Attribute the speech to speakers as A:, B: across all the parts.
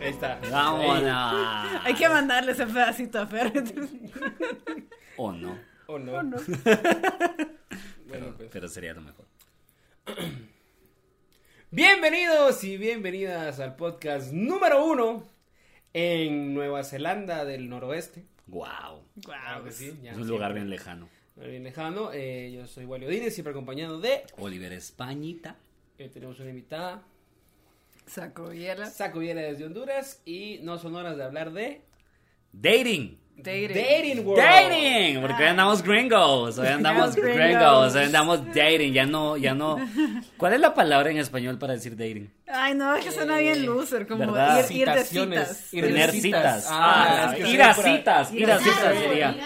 A: Ahí está.
B: ¡Vámonos!
C: Hay que mandarle ese pedacito a Fer.
B: O no,
A: O no.
C: No, no.
A: Bueno, pues.
B: pero sería lo mejor.
A: Bienvenidos y bienvenidas al podcast número uno en Nueva Zelanda del Noroeste.
B: ¡Guau!
A: Claro que sí, ya
B: Es un
A: siempre.
B: lugar bien lejano.
A: Muy bien lejano. Eh, yo soy Walio Dines, siempre acompañado de.
B: Oliver Españita.
A: eh, tenemos una invitada,
C: Saco hielas.
A: Saco Viera desde Honduras y no son horas de hablar de.
B: Dating.
C: Dating.
A: Dating World.
B: Dating, porque hoy andamos gringos, hoy andamos
C: Andamos
B: gringos, hoy
C: gringos.
B: andamos dating, ya no, ya no. ¿Cuál es la palabra en español para decir dating?
C: Ay, no, es que suena bien loser. Como
B: ¿verdad?
C: ir, ir de
A: Eh, Citaciones.
C: citas.
A: Ir de
B: Tener
A: citas.
B: citas.
A: Ah,
B: Ah,
A: es que
B: ir a
A: sería por-
B: citas, ir a citas sería,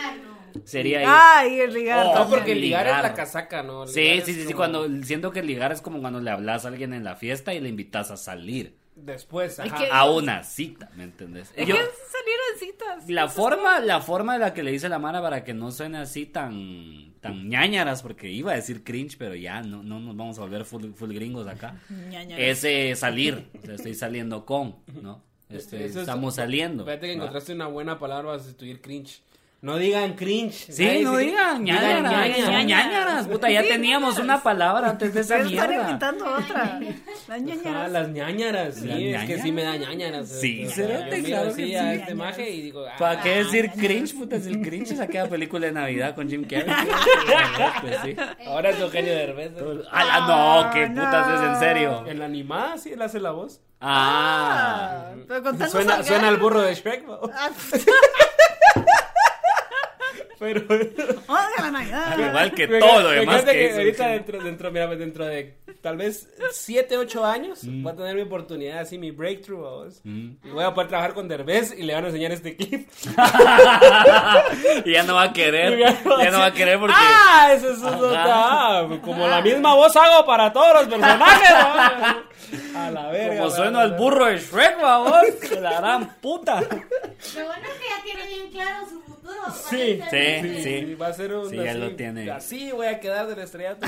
B: sería ir.
C: Ay, ir ligar.
B: Oh,
A: No,
C: también.
A: porque ligar,
B: Ligar.
A: es la casaca, ¿no? Ligar
B: Sí,
A: es
B: sí, sí, sí,
A: como
B: cuando siento que ligar es como cuando le hablas a alguien en la fiesta y le invitas a salir
A: Después,
C: Es
A: ajá.
C: que-
B: a una cita, ¿me entendés?
C: Es
B: Yo-
C: que salir en citas.
B: la forma, la forma de la que le dice la mara para que no suene así tan, tan ñañaras, porque iba a decir cringe, pero ya no, no nos vamos a volver full, full gringos acá.
C: Ñaña.
B: Ese salir, o sea, estoy saliendo con, ¿no? Este,
A: Eso es-
B: estamos saliendo.
A: Fíjate que
B: ¿va?
A: encontraste una buena palabra para sustituir cringe. No digan cringe.
B: Sí,
A: Nadie
B: no
A: dice-
B: digan ñañaras,
A: ñaña.
B: son ñañaras, puta, ya
C: Sí,
B: teníamos una palabra antes de esa
C: Pero están
B: mierda.
C: inventando otra. La
A: Ah,
C: ñaña.
A: las ñañaras, sí,
B: Las
A: es que sí
B: ñañaras.
A: me da ñañaras.
B: Sí,
A: O sea,
B: cerote,
A: yo miro
B: claro
A: así
B: que
A: a
B: sí.
A: este maje y digo, ah,
B: ¿Para qué decir
C: ñañaras.
B: cringe, puta? Si el cringe es aquella película de Navidad con Jim Carrey. Pues sí.
A: ahora es Eugenio Derbez. ¿no?
B: Ah, no, qué
C: Ah,
B: putas es en
C: no.
B: serio.
A: En la animada sí él hace la voz.
B: Ah.
C: Ah, Pero contando
A: Suena,
C: salgar.
A: suena al burro de Shrek, ¿no?
C: Ah,
A: pero
C: Odio la Navidad.
B: Igual que
A: Ah. Me
B: todo
A: encanta-
B: lo
A: me
B: demás
A: encanta
B: que es
A: ahorita
B: Eugenio.
A: dentro, dentro, mira, pues, dentro de tal vez 7, 8 años
B: Mm.
A: voy a tener mi oportunidad así, mi breakthrough. ¿vos? Y voy a poder trabajar con Derbez y le van a enseñar este clip.
B: Y ya no va a querer. Ya no va a querer porque.
A: Ah, eso es otro-
B: Ajá.
A: ah, como la misma voz hago para todos los personajes. ¿no? A la verga.
B: Como
A: la
B: sueno
A: verga.
B: al burro de Shrek, babos. Que la gran puta.
D: Lo bueno es que ya tiene bien claro su futuro.
A: Sí,
B: Sí, sí.
A: Va a ser un
B: Sí, ya
A: así,
B: lo tiene.
A: Así voy a quedar del estrellato.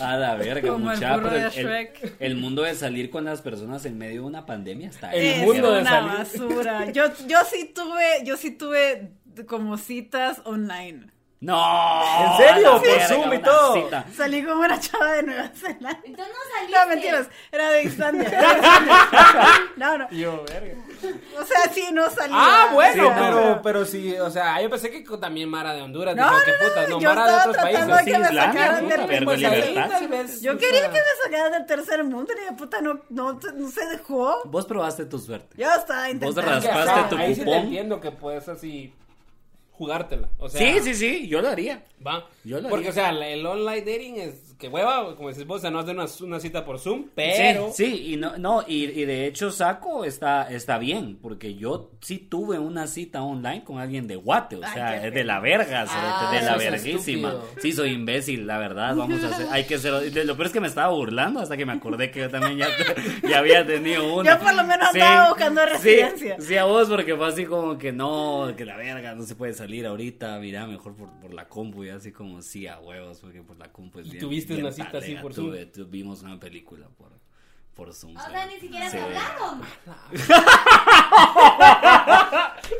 B: A la verga,
C: Como el
B: mucha,
C: burro
B: pero
C: de
B: el,
C: Shrek.
B: el mundo de salir con las personas en medio de una pandemia está
A: El
C: es
A: mundo de
C: una
A: salir.
C: basura. Yo, yo sí tuve, yo sí tuve como citas online.
B: No.
A: ¿En serio?
B: a la
A: Por
B: verga,
A: Zoom y
B: una
A: todo.
B: cita.
C: Salí con una chava de Nueva Zelanda.
D: Entonces no saliste.
C: No, mentiras, era de Islandia. era de Islandia. No, no.
A: Yo, verga.
C: O sea, sí, no salí.
A: Ah, bueno,
B: Sí, no.
A: pero, pero sí, o sea, yo pensé que co- también Mara de Honduras.
C: No,
A: pues, dijo,
C: no,
A: qué
C: no,
A: putas, no,
C: yo
A: Mara de
C: estaba
A: otros países.
C: tratando
B: Sí,
C: que me
B: Islandia,
C: sacaran
B: puta,
C: del
B: verga,
C: primer
A: Pues
B: de
A: ahí
C: mundo.
B: libertad.
A: tal vez,
C: Yo
A: o
C: quería
A: sea,
C: que me sacaran del tercer mundo y la puta no, no, no se dejó.
B: Vos probaste tu suerte.
C: Yo estaba intentando.
A: es que,
B: raspaste
A: ajá,
B: tu
A: ahí sí te
B: cupón.
A: entiendo que puedes así jugártela. O sea,
B: Sí, sí, sí, yo lo haría.
A: Va.
B: Yo lo
A: Porque,
B: haría.
A: o sea, la- el online dating es que hueva, como decís vos, o sea, no hacer una, una cita por Zoom, pero.
B: Sí, sí, y no, no y, y de hecho Saco está, está bien, porque yo sí tuve una cita online con alguien de Guate, o
C: Ay,
B: sea,
C: qué Ah,
B: es de la verga, cerote, de
A: eso
B: la
A: es
B: verguísima.
A: estúpido.
B: Sí, soy imbécil, la verdad, vamos a hacer, hay que ser, lo peor es que me estaba burlando hasta que me acordé que yo también ya, ya había tenido una.
C: Yo por lo menos andaba buscando
B: sí,
C: residencia.
B: Sí, a vos, porque fue así como que no, que la verga, no se puede salir ahorita, mira, mejor por, por la compu, y así como sí, a huevos, porque por la compu es
A: ¿Y
B: bien-
A: tuviste
B: bien
A: una cita así
B: talega,
A: por
B: tuve-
A: Zoom?
B: tu- vimos una película por, por Zoom.
D: O
B: ¿sabes?
D: sea, ni siquiera
B: Sí.
D: se hablaron.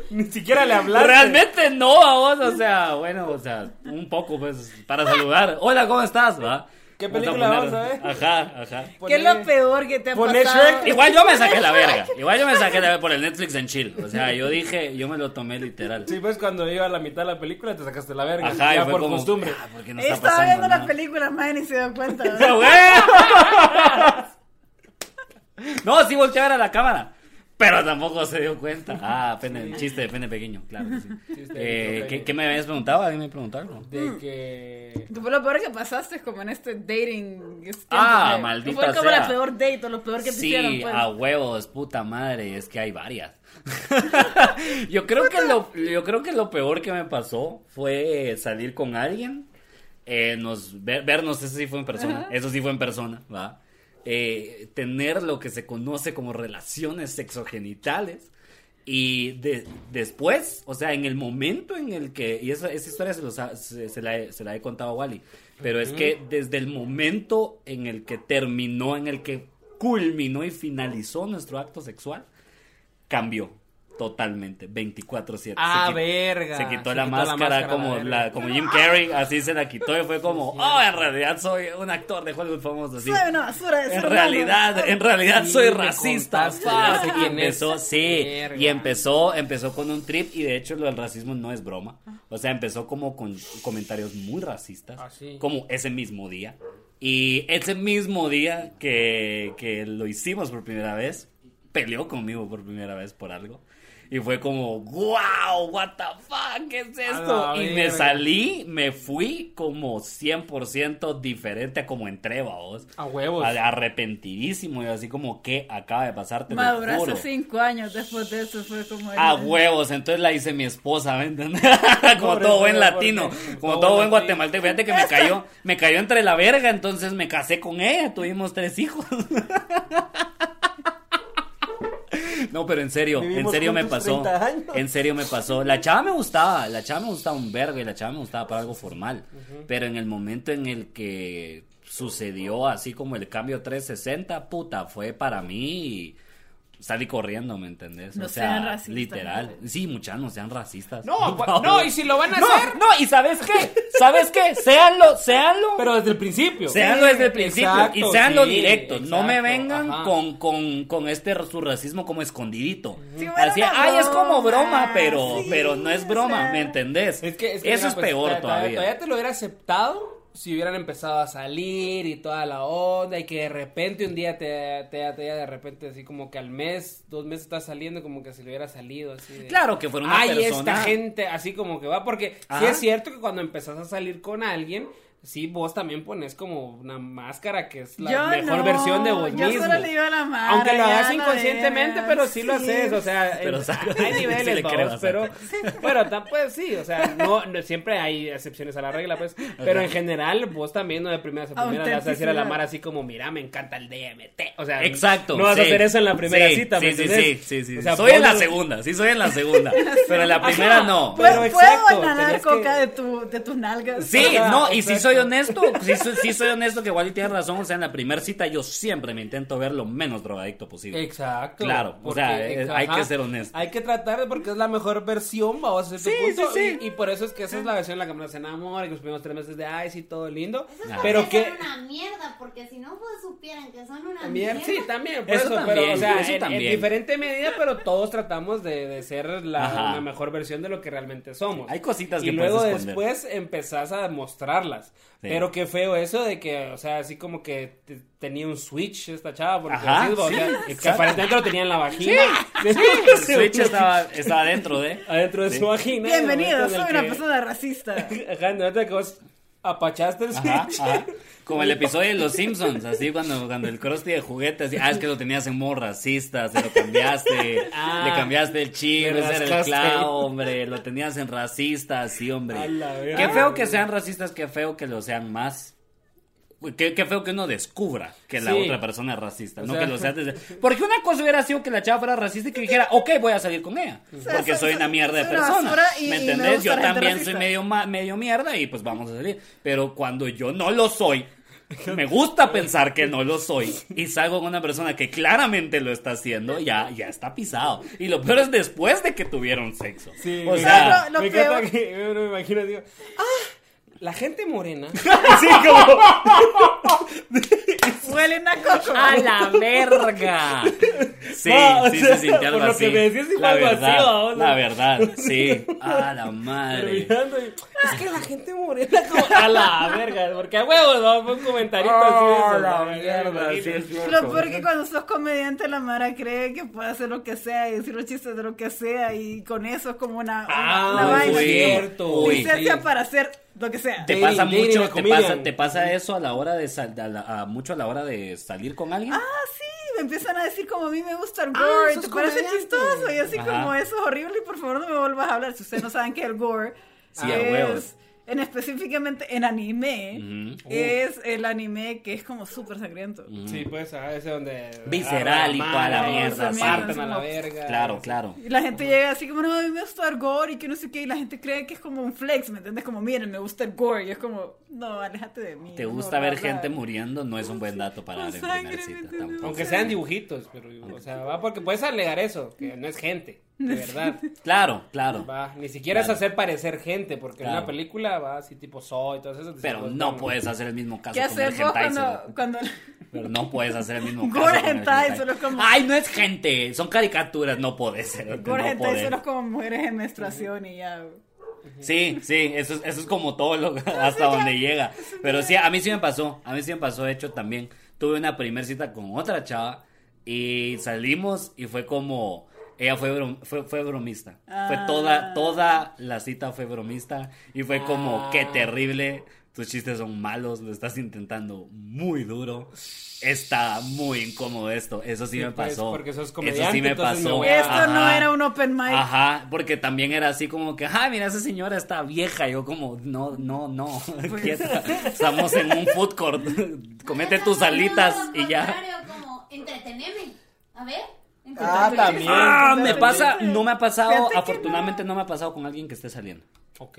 A: Ni siquiera le hablaste.
B: Realmente no a vos, o sea, bueno, o sea, un poco pues para saludar. Hola, ¿cómo estás? va?
A: ¿Qué
B: Vamos
A: película
B: poner-
A: vamos a ver?
B: Ajá, ajá.
C: ¿Qué es lo peor que te ha
A: Poné
C: pasado?
A: Shrek.
B: Igual yo me saqué la verga. Igual yo me saqué la verga por el Netflix en chill. O sea, yo dije, yo me lo tomé literal.
A: Sí, pues cuando iba a la mitad de la película te sacaste la verga.
B: Ajá,
A: ya
B: y fue
A: por
B: como,
A: costumbre.
B: "Ah, ¿por qué no está
C: Estaba
B: pasando
C: viendo la
B: nada?"
C: película, madre, y se dio cuenta.
B: ¡Ah, güey! No, sí volteaba a ver a la cámara. Pero tampoco se dio cuenta. Ah, pene- chiste de pene pequeño, claro. que sí.
A: Chiste de
B: Eh,
A: pene
B: ¿qué,
A: pequeño.
B: qué me habías preguntado? A mí me preguntaron.
A: De que.
C: Tú fue lo peor que pasaste como en este dating. este
B: Ah,
C: tiempo que-
B: maldita
C: Fue como
B: sea.
C: la peor date o lo peor que te hicieron.
B: Sí,
C: pues.
B: a huevos, puta madre, es que hay varias. yo creo que lo, yo creo que lo peor que me pasó fue salir con alguien, eh, nos ver- vernos, eso sí fue en persona, eso sí fue en persona, va. Eh, tener lo que se conoce como relaciones sexogenitales. Y de- después, o sea, en el momento en el que, y esa, esa historia se, los ha- se, se la he, se la he contado a Wally, pero es que desde el momento en el que terminó, en el que culminó y finalizó nuestro acto sexual, cambió totalmente, 24-7.
A: Ah,
B: Se qui-
A: verga.
B: Se quitó
A: Se
B: la
A: quitó la
B: máscara,
A: máscara,
B: como,
A: la
B: la,
A: verga.
B: como Jim Carrey, así se la quitó y fue como, oh, en realidad soy un actor de Hollywood famoso. Así.
C: Soy una basura de
B: En
C: ser
B: realidad, en realidad
A: Sí,
B: soy
A: me
B: racista.
A: contaste, ya sé
B: fuck. Y
A: quién es.
B: empezó, sí,
A: Verga.
B: y empezó, empezó con un trip y de hecho lo del racismo no es broma. O sea, empezó como con comentarios muy racistas,
A: Ah, sí.
B: como ese mismo día. Y ese mismo día que, que lo hicimos por primera vez, peleó conmigo por primera vez por algo. Y fue como, wow, what the fuck, ¿qué es esto?
A: A la
B: Y me
A: verga.
B: salí, me fui como 100% diferente a como entré, vos
A: A huevos.
B: Al- Arrepentidísimo, y así como, ¿qué acaba de pasar? Te lo
C: Maduraste
B: juro.
C: cinco años después de eso, fue como...
B: A Ah, huevos, entonces la hice mi esposa, ¿me entiendes? como
A: Pobre
B: todo buen
A: güey,
B: latino,
A: porque-
B: como
A: todo
B: todo buen
A: buen latino.
B: guatemalteco. Fíjate que me cayó, me cayó entre la verga, entonces me casé con ella, tuvimos tres hijos. No, pero en serio, en
A: Vivimos
B: serio me
A: juntos
B: pasó.
A: 30 años.
B: En serio me pasó. La chava me gustaba, la chava me gustaba un vergo y la chava me gustaba para algo formal. Pero en el momento en el que sucedió así como el cambio 360, puta, fue para mí salí corriendo, ¿me entendés?
C: No
B: o sea,
C: sean racistas,
B: liteal. Sí, muchachos, no sean racistas.
A: No,
B: Por
A: gua-
B: favor.
A: no, y si lo van a
B: No,
A: hacer-
B: No, y ¿sabes qué? ¿Sabes qué? Seanlo, seanlo.
A: Pero desde el principio.
B: Seanlo desde el principio
A: Exacto,
B: y seanlo
A: sí,
B: directo. no me
A: exacto,
B: vengan
A: ajá.
B: con, con, con este su racismo como escondidito.
C: Sí, bueno,
B: Así,
C: una
B: ay, es como broma,
C: broma,
B: pero,
C: sí,
B: pero no es
C: o
B: broma,
C: sea.
B: ¿me entendés?
A: Es que, es que,
B: Eso
A: mira,
B: es
A: pues,
B: peor
A: ta- ta-
B: todavía.
A: Todavía te lo hubiera aceptado si hubieran empezado a salir y toda la onda y que de repente un día te, te, te de repente así como que al mes, dos meses estás saliendo como que si le hubiera salido así. de,
B: Claro que fuera una
A: Ay,
B: persona.
A: esta gente así como que va porque sí
B: Ajá.
A: es cierto que cuando empezás a salir con alguien Sí, vos también pones como una máscara que es la
C: Yo
A: mejor
C: no,
A: versión de vos
C: yo
A: mismo.
C: solo le iba a la madre,
A: Aunque lo
C: ya
A: hagas
C: la
A: inconscientemente,
C: verga,
A: pero sí, lo
C: sí.
A: haces, o sea,
B: Pero
A: en-
B: saco-
A: hay
B: sí
A: niveles,
B: le
A: babos,
B: creo, saco.
A: pero bueno, ta- pues sí, o sea, no, no- siempre hay excepciones a la regla, pues. Pero en general, vos también, no de primeras a primeras, le vas a decir a la
C: Autenticidad.
A: mar así como, mira, me encanta el DMT. O sea,
B: Exacto.
A: No vas
B: sí.
A: a hacer eso en la primera
B: Sí,
A: cita, ¿me
B: sí, sí, sí,
A: entendés?
B: sí, sí.
A: O sea,
B: soy en
A: vos
B: la
A: no-
B: segunda, sí, soy en la segunda. pero en la
A: Ajá. pues,
B: primera no.
A: Pero
C: ¿Puedo,
A: exacto,
C: ¿puedo bananar
A: tenés que-
C: coca de, tu, de tus nalgas?
B: Sí,
A: Ajá,
B: no, y si
A: exacto.
B: soy honesto, sí, soy- sí soy honesto que Wally tiene razón, o sea, en la primera cita yo siempre me intento ver lo menos drogadicto posible.
A: Exacto.
B: Claro, o sea, eh, hay que ser honesto.
A: Hay que tratar de- porque es la mejor versión, vamos a hacer
B: Sí,
A: punto.
B: sí, sí.
A: Y, y por eso es que esa es la versión en la que uno se enamora, que los primeros tres meses de ay, sí, todo lindo.
D: Esos
A: Pero
D: hombres
A: que.
D: son una mierda, porque si no pues, supieran que son una
A: También,
D: mierda.
A: sí, también. Por
B: Eso
A: eso,
B: también,
A: pero, o sea,
B: eso
A: en- en,
B: también.
A: diferente medida, pero todos tratamos de, de ser
B: Ajá.
A: la, una mejor versión de lo que realmente somos.
B: Hay cositas
A: y
B: que
A: luego
B: puedes esconder.
A: después empezás a mostrarlas. Pero qué feo eso de que, o sea, así como que te- tenía un switch esta chava, porque
B: Ajá,
A: así, o
B: sí,
A: sea, que
B: exacto.
A: aparentemente lo tenía en la vagina.
B: El switch estaba, estaba dentro de...
A: Adentro de
B: Sí.
A: su vagina.
C: Bienvenido,
A: Bienvenidos,
C: soy una persona racista.
A: Ajá, no, ahorita que vos apachaste el
B: Ajá,
A: switch.
B: ajá. Como el episodio de Los Simpsons, así cuando, cuando el Krusty de juguete, así, ah, es que lo tenías en modo racista, se lo cambiaste,
A: Ah.
B: le cambiaste el chip,
A: Le
B: ese era el
A: rascaste.
B: clavo, hombre, lo tenías en racista, sí, hombre.
A: A la verga.
B: Qué feo que sean racistas, qué feo que lo sean más. Uy, Qué, qué feo que uno descubra que la
A: Sí.
B: otra persona es racista,
A: O
B: no
A: sea.
B: que lo sea desde... Porque una cosa hubiera sido que la chava fuera racista y que dijera, ok, voy a salir con ella,
C: sea,
B: porque
C: soy-
B: soy una mierda de
C: soy una
B: persona.
C: basura y-
B: ¿Me
C: y me
B: entendés?
C: gusta
B: Yo
C: la gente
B: también soy
C: racista.
B: medio, ma- medio mierda y pues vamos a salir. Pero cuando yo no lo soy, me gusta pensar que no lo soy y salgo con una persona que claramente lo está haciendo, ya, ya está pisado. Y lo peor es después de que tuvieron sexo.
A: Sí,
B: o
A: me
B: sea,
A: encanta-
C: lo
A: me encanta
C: peor-
A: que yo no me imagino, digo, ah, la gente morena.
B: sí, como...
C: Huelen a coco.
B: ¡A la verga! Sí,
A: No, o
B: sí,
A: sea,
B: se sintió algo
A: por lo
B: así.
A: que me decías, sí fue
B: la
A: algo así,
B: verdad,
A: vamos.
B: La verdad, sí. ¡A la madre!
A: Mirando y, es que la gente morena como a la verga, porque a huevos, ¿no? Fue un comentarito así de eso, ¿no?
B: Oh, sí, es cierto.
C: Lo peor que cuando sos comediante la Mara cree que puede hacer lo que sea y decir los chistes de lo que sea y con eso es como una, una, una
A: Ah,
B: uy,
C: vaina.
A: es
B: sí.
A: cierto.
B: uy,
C: Licencia para hacer lo que sea.
B: ¿Te
A: Dating,
B: pasa
A: dating,
B: mucho,
A: la
B: te
A: comida.
B: pasa, te pasa eso a la hora de sal- a la- a mucho a la hora de salir con alguien?
C: Ah, sí, me empiezan a decir como a mí me gusta el
A: Ah,
C: gore,
A: sos
C: te parece
A: comediante.
C: chistoso y así
B: Ajá.
C: como eso es horrible y por favor no me vuelvas a hablar si ustedes no saben qué es el gore.
B: Sí, a huevos.
C: Es, en específicamente en anime,
B: Ujú.
C: es el anime que es como súper sangriento.
A: Sí, pues, ajá, ese donde.
B: Visceral y
A: agarran
B: toda la
A: mano,
B: mierda,
A: se
B: sí.
A: Parten a la
C: Como-
A: verga.
B: Claro, claro.
C: Y la gente llega así como, no, a mí me gusta el gore y que no sé qué, y la gente cree que es como un flex, ¿me entiendes? Como, miren, me gusta el gore, y es como, no, aléjate de mí.
B: ¿Te
C: no,
B: gusta
C: bla,
B: ver
C: bla".
B: gente muriendo? No es un buen dato para
C: Con
B: dar en primera
C: sangre, ¿me
B: cita.
C: entiendes?
B: tampoco.
A: Aunque sean dibujitos, pero, o sea, va porque puedes alegar eso, que no es gente, de verdad.
B: Claro, claro.
A: Va, ni siquiera es
B: Claro.
A: hacer parecer gente, porque en
B: Claro.
A: una película va así tipo soy, todo eso.
B: Pero no puedes hacer el mismo caso
C: ¿Qué
B: con el
C: haces vos
B: hentai.
C: cuando,
B: solo.
C: cuando...
B: Pero no puedes hacer el mismo caso
C: Gore
B: con el
C: hentai, solo es como-
B: Ay, no es gente, son caricaturas, no podés. cerote,
C: gore
B: no
C: hentai
B: podés.
C: solo es como mujeres en menstruación y ya. güey.
B: Sí, sí, eso es, eso es como todo lo, hasta donde llega. Pero sí, a mí sí me pasó, a mí sí me pasó, de hecho, también. Tuve una primer cita con otra chava y salimos y fue como, ella fue, brom- fue, fue bromista. Fue
C: Ah.
B: toda, toda la cita fue bromista y fue como,
A: Ah.
B: qué terrible, tus chistes son malos, lo estás intentando muy duro. Está muy incómodo esto, eso sí,
A: Sí,
B: me
A: pues,
B: pasó.
A: porque sos
B: eso sí
A: comediante,
B: me
A: entonces me
B: pasó.
A: voy a-
C: Esto no
B: Ajá.
C: era un open mic.
B: Ajá, porque también era así como que, ay, mira, esa señora está vieja. Yo como, no, no, no,
C: Pues.
B: quieta. Estamos en un food court. Comete tus alitas y ya.
D: como, entreteneme. A ver.
A: Ah,
D: entreteneme.
A: también.
B: Ah, me
C: Fíjate
B: pasa,
C: que-
B: no me ha pasado,
C: fíjate que
B: afortunadamente no me ha pasado con alguien que esté saliendo.
A: Ok.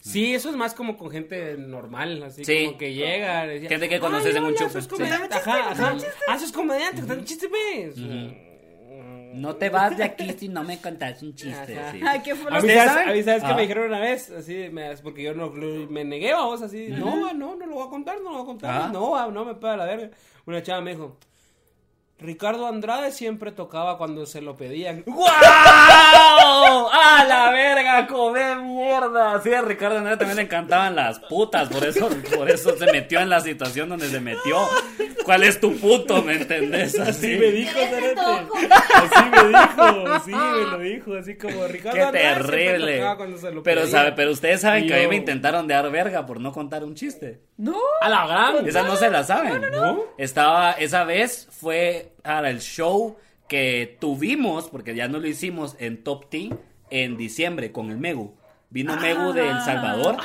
A: Sí, eso es más como con gente normal, así
B: Mm. Sí.
A: como que llega. decía,
B: Gente que
A: "Ay,
B: conoces en un
A: hola,
B: chupe".
A: sos
B: Sí.
A: comediante,
C: Dame chiste,
A: ajá,
C: dame
A: ajá. Ah, sos comediante, dame chiste, pues.
B: No te vas de aquí si no me contas un chiste.
A: Ajá.
B: sí.
C: Ay, ¿qué fue
A: A
C: lo
A: mí,
B: ¿Ustedes
C: que
A: ¿sabes,
B: saben?
A: a mí, ¿sabes qué
B: Ah.
A: me dijeron una vez? Así, me- es porque yo no, me negué a vos, así, no, no, no lo voy a contar, no lo voy a contar,
B: Ah.
A: no, ah, no me pega la verga. Una chava me dijo, Ricardo Andrade siempre tocaba cuando se lo pedían.
B: ¡Guau! ¡A la verga! ¡Come mierda! Sí, a Ricardo Andrade también le encantaban las putas, por eso, por eso se metió en la situación donde se metió. ¿Cuál es tu puto? ¿Me entendés? Así
A: me dijo,
D: Quédate
A: Zarete.
D: todo con-
A: Así me dijo, sí, me lo dijo, así como Ricardo
B: Qué
A: Andrade siempre
B: terrible.
A: tocaba cuando se lo
B: Pero,
A: pedían".
B: sabe, pero ustedes saben
A: Y
B: que a mí
A: yo-
B: me intentaron dar verga por no contar un chiste.
C: No.
A: A la gran.
B: Esa no se la saben.
A: no.
B: Estaba, esa vez fue para el show que tuvimos, porque ya no lo hicimos en Top T en diciembre con el Megu. Vino Megu de El Salvador.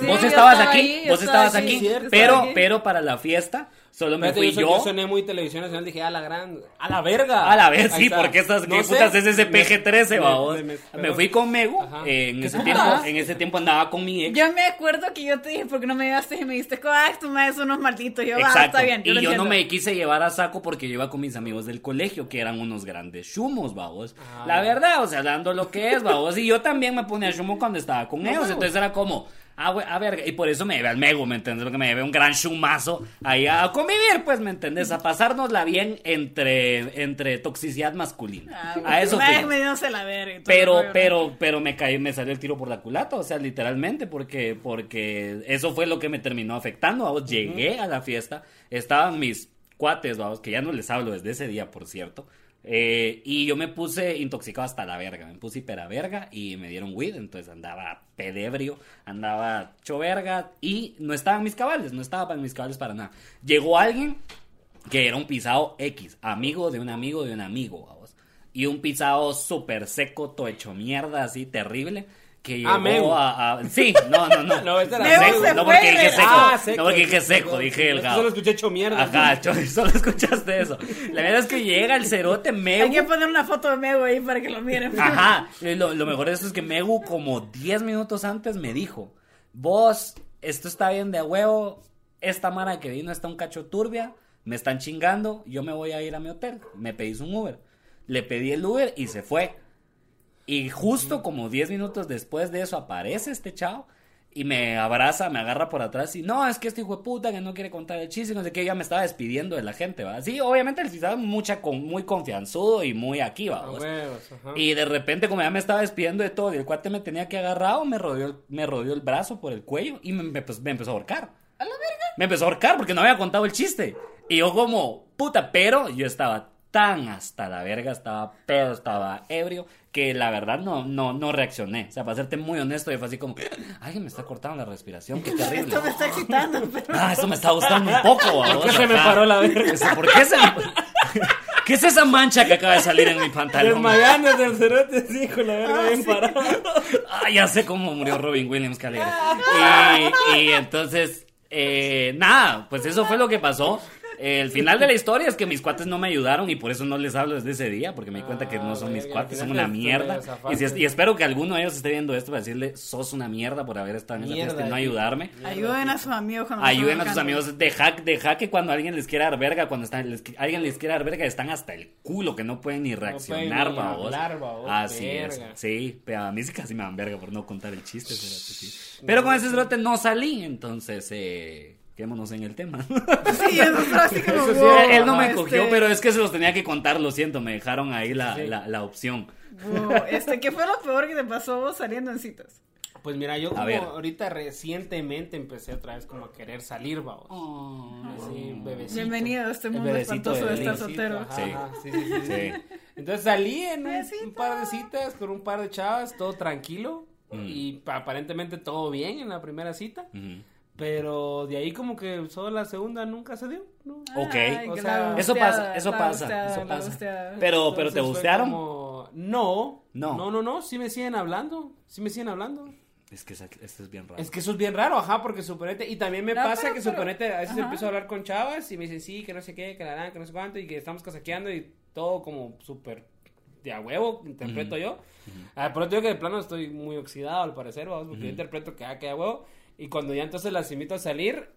C: Sí,
B: vos
C: yo
B: estabas
C: estaba
B: aquí,
C: ahí, yo
B: vos
C: estaba
B: estabas
C: aquí,
B: aquí,
C: sí, yo
B: pero,
C: estaba aquí.
B: pero para la fiesta solo me
A: Espérate,
B: fui
A: yo,
B: yo.
A: yo soné muy televisión nacional, dije, a la gran, a la verga.
B: A la vez,
A: Ahí
B: sí,
A: está.
B: porque estas,
A: No
B: ¿qué
A: sé.
B: putas es ese
A: Me-
B: PG-13,
A: me-
B: babos?
A: me-
B: Me,
A: me-
B: fui con Megu,
A: Ajá.
B: eh, en
A: ¿Qué
B: ese
A: putas?
B: tiempo, en ese tiempo andaba con mi ex.
C: Yo me acuerdo que yo te dije, porque no me llevaste? Y me dijiste, ah, tu madre son unos malditos. Y Yo, ah,
B: Exacto.
C: está bien.
B: y
C: lo
B: yo no
C: entiendo".
B: me quise llevar a saco porque yo iba con mis amigos del colegio, que eran unos grandes chumos, babos. La verdad, o sea, dando lo que es, babos. Y yo también me ponía chumo cuando estaba con ellos. Entonces era como, ah, we- a ver, y por eso me llevé al mego, ¿me entiendes? Porque me llevé un gran chumazo ahí a convivir, pues, ¿me entiendes? A pasárnosla bien entre, entre toxicidad masculina.
C: Ah, bueno.
B: a eso
C: Una vez
B: fuimos.
C: me dio se la verga y todo el
B: Pero,
C: rollo,
B: pero, pero me cayó, me salió el tiro por la culata, o sea, literalmente, porque, porque eso fue lo que me terminó afectando. vamos. Llegué a la fiesta, estaban mis cuates, vamos, que ya no les hablo desde ese día, por cierto. eh, y yo me puse intoxicado hasta la verga, me puse hiper a verga y me dieron weed, entonces andaba pedebrio, andaba choverga y no estaban mis cabales, no estaba para mis cabales para nada. Llegó alguien que era un pisado X, amigo de un amigo de un amigo, vamos. Y un pisado súper seco, todo hecho mierda, así, terrible. Que llegó
A: Ah, Meu.
B: a, a- Sí, no, no, no.
A: No, ese era
C: Meu
B: seco,
C: se
B: no
C: fue.
B: porque dije seco.
A: Ah, seco.
B: No porque dije seco, dije el
A: Yo
B: gao.
A: Solo escuché hecho mierda.
B: Ajá, cho- solo escuchaste eso. La verdad es que llega el cerote Meu.
C: Hay que poner una foto de Mego ahí para que lo miren.
B: Ajá. Lo, lo mejor de esto es que Megu, como 10 minutos antes, me dijo: Vos, esto está bien de a huevo. Esta mara que vino está un cacho turbia. Me están chingando. Yo me voy a ir a mi hotel. Me pedís un Uber. Le pedí el Uber y se fue. Y justo como 10 minutos después de eso aparece este chavo y me abraza, me agarra por atrás y no, es que este hijo de puta que no quiere contar el chiste, no sé qué, ya me estaba despidiendo de la gente, ¿va? Sí, obviamente el pisado mucha con, muy confianzudo y muy aquí, ¿va?
A: A
B: vos?
A: huevos, ajá.
B: Pues, Y de repente, como ya me estaba despidiendo de todo, y el cuate me tenía que agarrado, me rodeó, el- me rodeó el brazo por el cuello y me, me, pues, me empezó a ahorcar. ¿A la verga? Me empezó a ahorcar porque no había contado el chiste. Y yo como, puta, pero yo estaba tan hasta la verga, estaba pedo, estaba ebrio, que la verdad no, no, no reaccioné. O sea, para serte muy honesto, yo fue así como, ay, me está cortando la respiración, qué terrible.
C: Esto me está excitando. pero-
B: Ah, eso me está gustando un poco, ¿Por
A: qué se me paró la verga?
B: ¿Por qué se me... ¿Qué es esa mancha que acaba de salir en mi pantalón?
A: Desmayanes del cerote, sí, con la verga bien parada.
B: Ah, ya sé cómo murió Robin Williams, qué alegre. Y, y entonces, eh, nada, pues eso fue lo que pasó. El final de la historia es que mis cuates no me ayudaron y por eso no les hablo desde ese día, porque me di cuenta Ah, que no son mis
A: verga,
B: cuates,
A: al
B: son
A: final
B: una
A: te
B: mierda.
A: zafaste.
B: Y, si es- y espero que alguno de ellos esté viendo esto para decirle, sos una mierda por haber estado en esa
A: Mierda,
B: fiesta y no
A: tío.
B: ayudarme.
C: Ayuden a sus amigos cuando se
B: Ayuden a
C: están
B: sus amigos, deja, deja que cuando alguien les quiera dar verga, cuando están, les- alguien les quiera dar verga, están hasta el culo, que no pueden ni reaccionar,
A: ni
B: babos.
A: hablar, babos,
B: Así es,
A: verga.
B: sí, pero a mí sí casi me dan verga por no contar el chiste, cerote, sí. pero con ese cerote no salí, entonces, eh, quedémonos en el tema.
C: Sí, eso es así como,
A: Eso sí,
C: wow,
B: él no me
C: este,
B: cogió, pero es que se los tenía que contar, lo siento, me dejaron ahí la, la- la opción.
C: wow, este, ¿qué fue lo peor que te pasó vos saliendo en citas?
A: Pues mira, yo como
B: ver.
A: ahorita recientemente empecé otra vez como a querer salir, vamos.
B: Oh.
A: Así, bebecito.
C: Bienvenido a este
B: El
C: mundo
B: bebecito
C: espantoso de
B: del
C: estar
B: inicio.
C: soltero.
A: Ajá,
B: Sí.
A: ajá, sí, sí, sí, sí.
B: Sí.
A: Entonces salí en un,
C: Besitos.
A: un par de citas con un par de chavas, todo tranquilo.
B: Mm.
A: Y pa- aparentemente todo bien en la primera cita.
B: Ujú.
A: Pero de ahí como que solo la segunda nunca se dio. ¿no?
B: Ok.
C: Ay,
A: O
C: que
A: sea,
C: la
B: Eso
C: gusteada,
B: pasa, eso
C: la
B: pasa,
C: gusteada,
B: eso
C: la
B: pasa.
C: gusteada.
B: Pero, pero te
A: Entonces fue
B: gustearon.
A: como, No.
B: No.
A: No, no, no. Sí me siguen hablando. Sí me siguen hablando.
B: Es que esa- esto es bien raro.
A: Es que eso es bien raro, ajá, porque suponete, y también me
C: No,
A: pasa
C: pero-
A: que
C: pero-
A: suponete, a veces
C: ajá.
A: empiezo a hablar con chavas y me dicen, sí, que no sé qué, que la dan, que no sé cuánto, y que estamos casaqueando y todo como súper de a huevo, interpreto yo. Ah, por eso te digo que de plano estoy muy oxidado al parecer, vamos, porque yo interpreto que ah, que a huevo, y cuando ya entonces las invito a salir,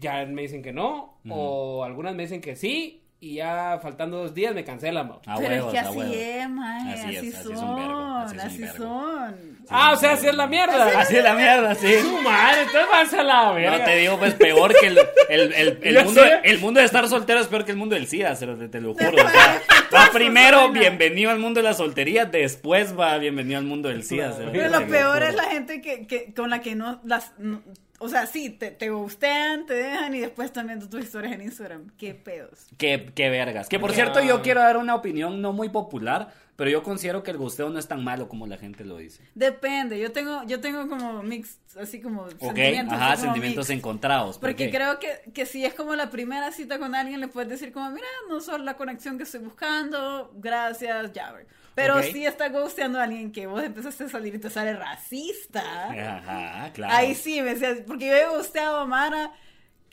A: ya me dicen que no, o algunas me dicen que sí, y ya faltando dos días me cancelan, vamos.
B: A
C: pero
B: huevos,
C: es que
B: a
C: así
B: huevos.
C: es, mae,
B: Así
C: así,
B: es, así es un vergo, así
C: son,
B: es un
C: así,
B: vergo.
C: son.
A: Ah, o sea, así es la mierda.
B: Así es la mierda, sí.
A: ¡Tu madre! ¡Entonces vas a la verga!
B: Pero te digo, pues peor que el, el, el, el
A: Ya
B: mundo,
A: sé.
B: el mundo de estar soltero es peor que el mundo del SIDA, se lo- te, te lo juro. o sea, va primero, bienvenido al mundo de la soltería, después va bienvenido al mundo del SIDA. se
C: Pero
B: te
C: lo peor
B: juro.
C: es la gente que, que con la que no las no- o sea, sí, te, te gustean, te dejan y después están viendo tus historias en Instagram. Qué pedos.
B: Qué, qué vergas. Que por
A: Ya.
B: cierto, yo quiero dar una opinión no muy popular, pero yo considero que el gusteo no es tan malo como la gente lo dice.
C: Depende, yo tengo, yo tengo como mix, así como
B: Ok,
C: sentimientos.
B: ajá,
C: así como
B: sentimientos
C: mixed.
B: encontrados. ¿por
C: Porque
B: qué?
C: creo que, que si es como la primera cita con alguien, le puedes decir como, mira, no sos la conexión que estoy buscando, gracias, ya. güey". Pero
B: Ok.
C: si estás gusteando a alguien que vos empezaste a salir y te sale racista.
B: Ajá, Ah, claro.
C: Ahí sí, me decías, porque yo he gusteado a Mara,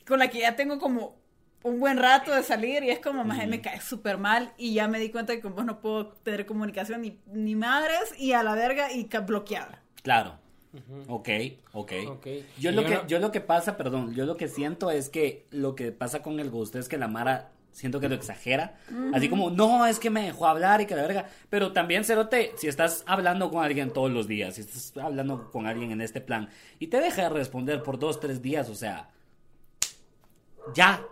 C: con la que ya tengo como un buen rato de salir y es como, más me cae súper mal y ya me di cuenta que con vos no puedo tener comunicación ni, ni madres y a la verga y ca- bloqueada.
B: Claro. Ok, ok.
A: Ok.
B: Yo,
A: Y
B: lo
A: yo
B: que,
A: no-
B: yo lo que pasa, perdón, yo lo que siento es que lo que pasa con el gusto es que la Mara siento que lo exagera. Así como, no, es que me dejó hablar y que la verga. Pero también, Cerote, si estás hablando con alguien todos los días, si estás hablando con alguien en este plan y te deja de responder por dos, tres días, o sea. Ya,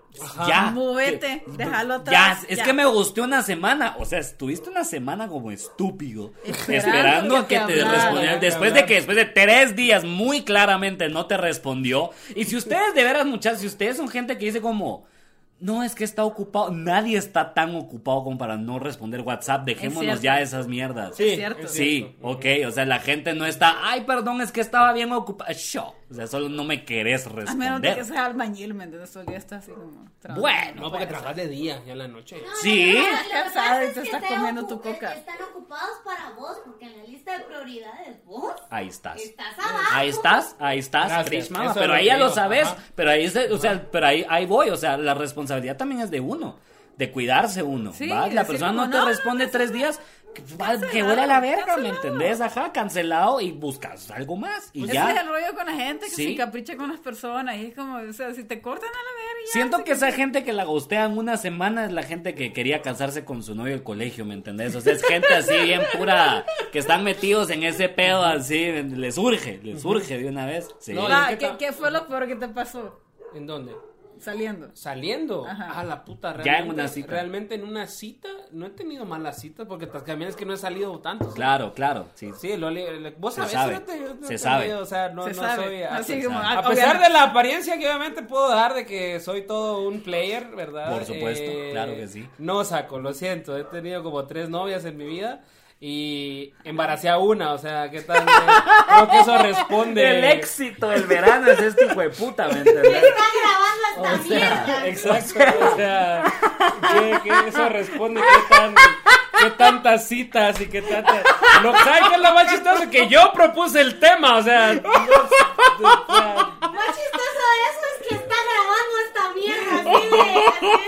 B: ya.
C: Muévete,
B: que-
C: déjalo
B: Ya,
C: atrás,
B: es
C: ya.
B: que me gusté una semana. O sea, estuviste una semana como estúpido.
C: Esperando
B: Esperando a
C: que
B: que
C: te
B: te
C: hablara.
B: respondieran.
A: Que
B: Después de
A: hablara.
B: que después de tres días muy claramente no te respondió. Y si ustedes de veras, muchachos, si ustedes son gente que dice como... No, es que está ocupado. Nadie está tan ocupado como para no responder WhatsApp. Dejémonos
C: cierto.
B: ya de esas mierdas.
A: Sí,
C: Es cierto.
A: es
B: Sí,
A: cierto.
B: ok. O sea, la gente no está... Ay, perdón, es que estaba bien ocupada. Show. O sea, solo no me querés
C: A menos de que
B: responder.
C: seas albañil, ¿me entiendes? Todo el día estás así como... trabajando.
B: Bueno.
A: No, porque trabajas de día, ya en la noche.
B: Sí.
D: Lo que pasa
C: Cansada y
D: es
C: te
D: que
C: estás
D: están
C: comiendo tu
D: ocu-
C: coca.
D: Están ocupados para vos, porque en la lista de prioridades vos
B: Ahí estás.
D: estás abajo.
B: Ahí estás, ahí estás,
A: Gracias,
B: Krish, mama,
A: eso
B: pero
A: es lo
B: ahí
A: que
B: ya lo
A: digo,
B: sabes,
A: ajá.
B: pero ahí se- o sea, pero ahí, ahí voy, o sea, la responsabilidad también es de uno, de cuidarse uno,
C: Sí,
B: ¿va? La
C: decir
B: persona
C: como,
B: no te
C: "No,
B: responde tres días, que- va, que huele a la verga, ¿me entendés? Ajá, cancelado y buscas algo más y
C: Ese es el
B: ya.
C: rollo con la gente que
B: Sí.
C: se capricha con las personas y es como, o sea, si te cortan a la verga. ya,
B: Siento
C: se
B: que esa gente que la gostean una semana es la gente que quería casarse con su novio del colegio, ¿me entendés? O sea, es gente así bien pura, que están metidos en ese pedo así, les urge, les urge de una vez. Sí.
A: No,
C: Va,
A: ¿qué
C: ¿qué,
A: tal?
C: qué fue lo peor que te pasó
A: ¿En dónde?
C: saliendo?
A: Saliendo.
C: Ajá.
A: A la puta,
B: en
A: realmente.
B: una cita.
A: Realmente en una cita, no he tenido malas citas porque tas- también es que no he salido tanto. ¿sí?
B: Claro, claro, sí.
A: Sí, lo, le- le- vos
B: Se
A: sabés,
B: sabe.
A: fíjate, yo no
B: Se
A: he
B: sabe.
A: tenido, O sea, no,
C: Se
A: no
C: sabe.
A: soy.
C: No,
A: a-
C: sí, como,
A: a
C: ah,
A: pesar
C: obviamente.
A: de la apariencia que obviamente puedo dar de que soy todo un player, ¿verdad? Eh,
B: Por supuesto, claro que sí.
A: No saco, lo siento. He tenido como tres novias en mi vida. Y embaracé a una, o sea, ¿qué tal? Creo que eso responde.
B: El éxito del verano es este hijo de puta, ¿me entendés?
D: Está grabando hasta
A: O sea,
D: mierda.
A: exacto, o sea, ¿qué, qué eso responde? ¿Qué, tan, qué tantas citas y qué tantas... Lo ¿sabes qué es lo más chistoso? Que yo propuse el tema, o sea... no- o sea,
D: Lo más chistoso de eso es que está grabando esta mierda así de, así de-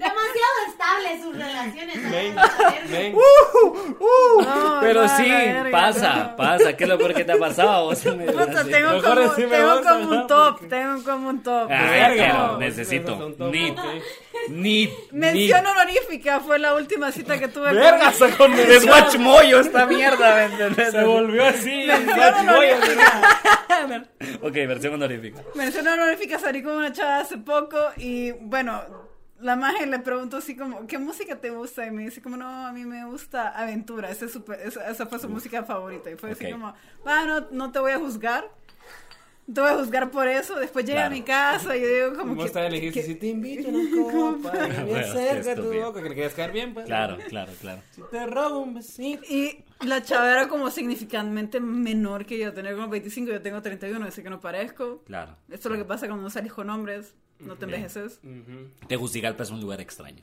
D: Demasiado estable sus relaciones.
A: ven,
D: a la verga.
A: ven.
B: Uh,
C: No,
B: Pero
C: no,
B: sí,
C: la verga.
B: pasa, pasa. ¿Qué es lo peor que te ha pasado? Vos me
C: Puta,
B: dirás,
C: tengo
A: Mejor
C: como,
A: sí me
C: tengo
A: vas a
C: como
A: hablar
C: un top,
A: porque-
C: tengo como un top.
B: Ah,
C: Es
B: verga,
C: como-
B: no, necesito. Ni-
A: Ok.
B: Ni, ni...
C: Mención honorífica fue la última cita que tuve. con-
A: Verga, sacó un
B: Es guachmoyo esta mierda, ¿me entendés?
A: Se volvió así.
B: Ok, versión honorífica.
C: Mención honorífica salí con una chava hace poco y bueno, la magia le pregunto así como, ¿qué música te gusta? Y me dice como, no, a mí me gusta Aventura, ese es súper- esa, esa fue su música favorita. Y fue
B: ok.
C: así como, va, no, no te voy a juzgar. no Te voy a juzgar por eso. Después llega
B: Claro.
C: a mi casa y yo digo como
A: ¿Cómo
C: que...
A: está elegir?
C: que-
A: Si te invito a una copa, y me
B: Bueno,
A: acerca tu
B: estúpido.
A: boca, que le quieras caer bien, pues.
B: Claro, claro, claro.
A: Si te robo un besito.
C: Y la chava era como significantemente menor que yo, tenía como 25, yo tengo 31, así que no parezco.
B: Claro.
C: Esto es lo que pasa cuando no salís con hombres, no te envejeces.
A: Ujú.
B: Tegucigalpa es un lugar extraño.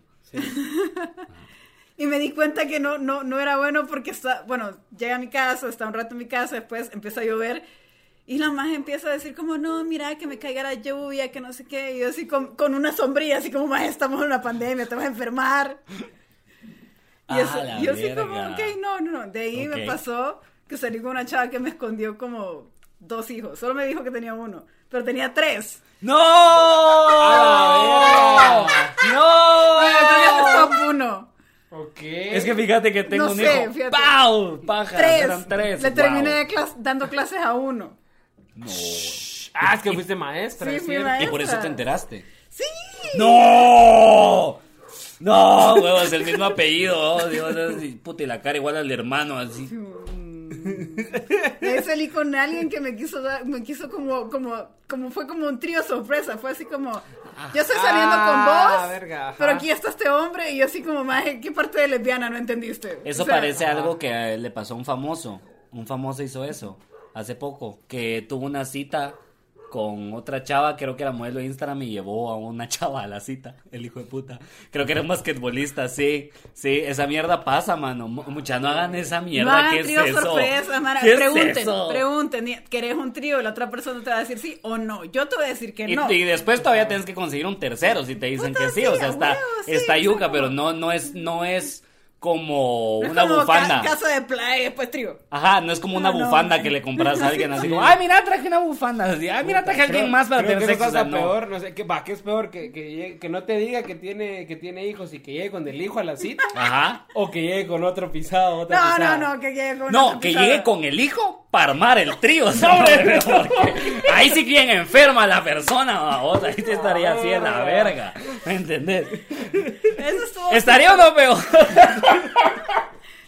C: Y me di cuenta que no, no, no era bueno porque está, bueno, llega a mi casa, está un rato en mi casa, después empieza a llover. Y la magia empieza a decir como, no, mira, que me caiga la lluvia, que no sé qué. Y yo así con, con una sombrilla, así como, maje, estamos en una pandemia, te vas a enfermar. Y
B: Ah,
C: eso,
B: la
C: yo así como,
B: verga.
C: ok, no, no, no. De ahí
B: Ok.
C: me pasó que salí con una chava que me escondió como dos hijos. Solo me dijo que tenía uno, pero tenía tres.
B: ¡No!
A: ¡A
B: ¡No!
C: Bueno, entonces top
B: ¡Oh!
C: uno.
A: Ok.
B: Es que fíjate que tengo
C: No
B: un
C: sé,
B: hijo.
C: fíjate.
B: ¡Pau! Paja,
C: Tres.
B: eran tres.
C: Le
B: Wow.
C: terminé de clas- dando clases a uno.
B: No.
A: Ah, es que fuiste maestra.
C: Sí,
A: es
C: fui
A: cierto.
C: maestra.
B: Y por eso te enteraste.
C: ¡Sí!
B: ¡No! No, huevos, el mismo apellido. oh, Dios, es- puta, y la cara igual al hermano, así.
C: Y ahí salí con alguien que me quiso dar, me quiso como, como, como fue como un trío sorpresa, fue así como, yo estoy saliendo
A: Ah,
C: con vos,
A: verga, ajá.
C: pero aquí está este hombre, y yo así como, maje, ¿qué parte de lesbiana no entendiste?
B: Eso
C: O sea,
B: parece algo que eh, le pasó a un famoso. Un famoso hizo eso hace poco, que tuvo una cita con otra chava, creo que era modelo de Instagram y llevó a una chava a la cita, el hijo de puta. Creo que era un basquetbolista, sí, sí, esa mierda pasa, mano. Mu- Mucha, no hagan esa
C: No
B: mierda,
C: hagan
B: ¿qué es
C: tríos
B: eso?
C: sorpresas, Mara.
B: ¿Qué es
C: pregunten,
B: eso?
C: pregunten. y- ¿Querés un trío? La otra persona te va a decir sí o no. Yo te voy a decir que
B: Y,
C: no.
B: y después todavía tienes que conseguir un tercero si te dicen
C: Puta,
B: que sí,
C: sí,
B: o sea,
C: a
B: está,
C: huevo, sí,
B: está
C: es
B: yuca,
C: como-
B: pero no, no es, no es como
C: No es
B: una
C: como ca-
B: bufanda.
C: casa de playa y después trío.
B: Ajá, no es como
A: Ah,
B: una
C: No, no.
B: bufanda que le compras a alguien así como, ay, mira, traje una bufanda. Así, ay, Ah, mira, traje a alguien
A: Creo-
B: más para
A: creo
B: tener
A: que
B: sexo. O
A: Eso
B: sea,
A: es
B: no.
A: peor, no sé, que, va, ¿qué es peor? Que, que, llegue- que no te diga que tiene, que tiene hijos y que llegue con el hijo a la cita.
B: Ajá.
A: o que llegue con otro pisado, otra
C: No,
A: pisada.
C: no, no, que llegue con
B: No,
C: una
B: que
C: pisada.
B: llegue con el hijo para armar el trío, ¿sabes? Porque ahí sí que bien enferma la persona, babos, ahí te estaría así en la verga, ¿me entendés?
C: Eso estuvo...
B: ¿Estaría o no peor?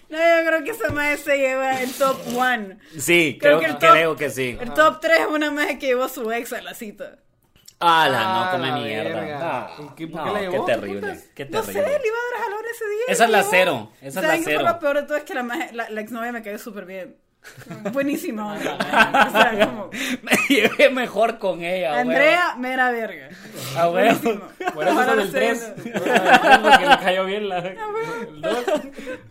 C: No, yo creo que esa maje se lleva el top one.
B: Sí, creo,
C: Creo
B: que,
C: que el top-
B: creo que sí.
C: El top 3 es una maje que llevó a su ex a la cita.
B: Ala, no,
A: Ah,
B: come
A: la
B: mierda.
A: verga.
B: No,
A: ¿Y qué- por
B: no,
A: qué la llevó?
B: Qué
A: ¿Qué
B: terrible,
A: putas?
B: qué
C: No sé, le iba
B: terrible.
C: a dar jalón ese día.
B: Esa es la
C: ¿no?
B: cero, esa es la
C: ¿Saben qué fue
B: cero.
C: Lo peor de todo es que la, maje- la, la exnovia me cayó súper bien. Buenísima. onda.
B: Ah,
C: O sea, como...
B: Me llevé mejor con ella, güey.
C: Andrea, mera verga.
B: Ah, güey.
C: Buenísimo.
A: Por eso
C: Ojalá
A: son
C: lo
A: el
C: esté
A: 3.
C: viendo.
A: Porque le cayó bien la. el dos.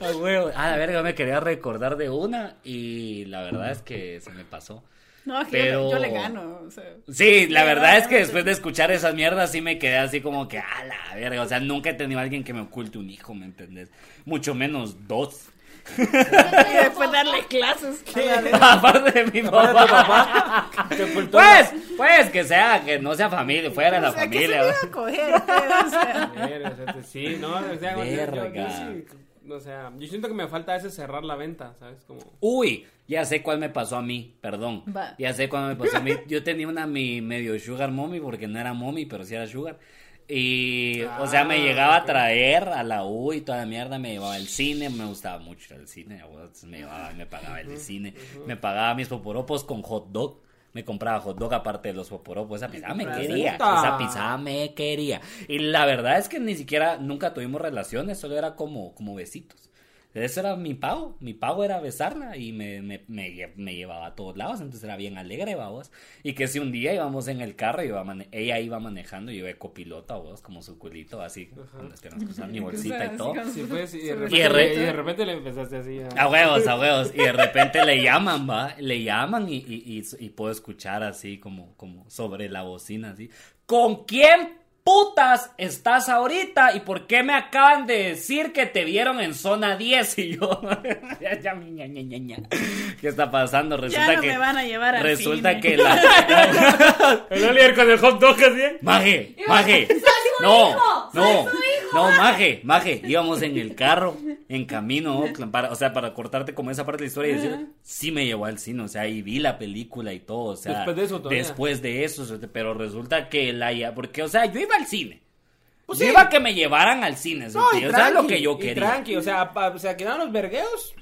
B: A huevo. Ah, la verga, me quería recordar de una y la verdad es que se me pasó.
C: No, es que
B: Pero-
C: yo, le, yo le gano. O sea.
B: Sí, la verdad es que después de escuchar esas mierdas sí me quedé así como que, a la verga, o sea, nunca he tenido a alguien que me oculte un hijo, ¿me entendés? Mucho menos dos.
C: Y después darle clases.
B: Aparte de mi
A: Para
B: papá.
A: tu papá. Te ocultó
B: Pues, pues, que sea, que no sea familia, fuera de la
C: O sea, ¿qué Pues, se le
B: familia.
C: iba a coger? O sea,
A: la- Ver, o sea, te- Sí, no, o sea, yo- yo- yo
B: Verga.
A: sí, O sea, yo siento que me falta ese cerrar la venta, ¿sabes? Como.
B: Uy, ya sé cuál me pasó a mí, perdón.
C: Va.
B: Ya sé cuál me pasó a mí. Yo tenía una mi medio sugar mommy, porque no era mommy, pero sí era sugar. Y, o sea, me
A: Ah,
B: llegaba
A: ok.
B: a traer a la U y toda la mierda, me llevaba al cine, me gustaba mucho el cine, entonces me llevaba, me pagaba el cine, me pagaba mis poporopos con hot dog. Me compraba hot dog aparte de los poporopos. Esa pisada me
C: compraste.
B: quería.
A: Puta.
B: Esa pisada me quería. Y la verdad es que ni siquiera nunca tuvimos relaciones, solo era como, como besitos. Ese era mi pago. Mi pago era besarla y me, me, me lle- me llevaba a todos lados. Entonces era bien alegre, ¿va vos. Y que si un día íbamos en el carro, iba mane- ella iba manejando y yo de copilota, vos, como su culito, así, con las piernas cruzadas, mi bolsita y todo.
A: Sí, pues, y de
C: Su-
A: repente,
B: Y de re- Ah,
A: y de repente le empezaste así a...
B: A huevos, a huevos. Y de repente le llaman, va. Le llaman y, y, y- y puedo escuchar así como, como sobre la bocina, así. ¿Con quién putas estás ahorita? ¿Y por qué me acaban de decir que te vieron en zona 10? Y yo... ya, ya, ña, ña, ña, ña. ¿Qué está pasando? Resulta
C: no
B: que...
C: me van a llevar al
B: Resulta
C: cine.
B: que la...
A: El Oliver con el hot dog así.
B: Maje, maje.
D: ¡Soy su
B: No,
D: hijo! ¡Soy
B: no,
D: su hijo!
B: no, maje, maje. Íbamos en el carro, en camino, Oakland, para, o sea, para cortarte como esa parte de la historia y decir, sí me llevó al cine, o sea, y vi la película y todo, o sea.
A: Después de eso todavía.
B: Después de eso, o sea, pero resulta que la ya, porque, o sea, yo iba al cine. yo iba a que me llevaran al cine,
A: Pues No,
B: ¿sí?
A: y
B: o sea, lo
A: tranqui,
B: que yo
A: y
B: quería.
A: tranqui, o sea, pa- o sea, quedaron los vergueos.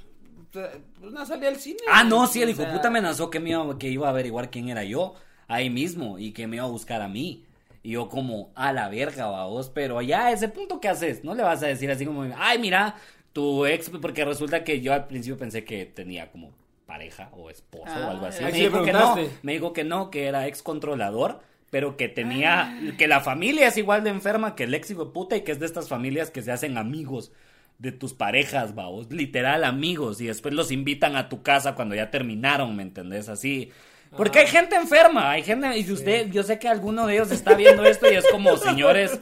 A: o sea, Una salida al cine.
B: Ah, no, sí, el
A: O
B: hijo
A: sea,
B: puta amenazó que, me iba, que iba a averiguar quién era yo ahí mismo y que me iba a buscar a mí. Y yo como, a la verga, vos, pero ya a ese punto ¿qué haces, no le vas a decir así como, ay, mira, tu ex, porque resulta que yo al principio pensé que tenía como pareja o esposo o
C: Ah,
B: algo así.
A: ahí sí
B: Me
A: le
B: dijo que no,
A: preguntaste.
B: me dijo que no, que era ex controlador, pero que
A: Ah.
B: tenía, que la familia es igual de enferma que el ex hijo de puta y que es de estas familias que se hacen amigos de tus parejas, vaos, literal amigos, y después los invitan a tu casa cuando ya terminaron, ¿me entendés? Así. Porque
A: Ah.
B: hay gente enferma, hay gente, y usted, yo sé que alguno de ellos está viendo esto y es como, señores,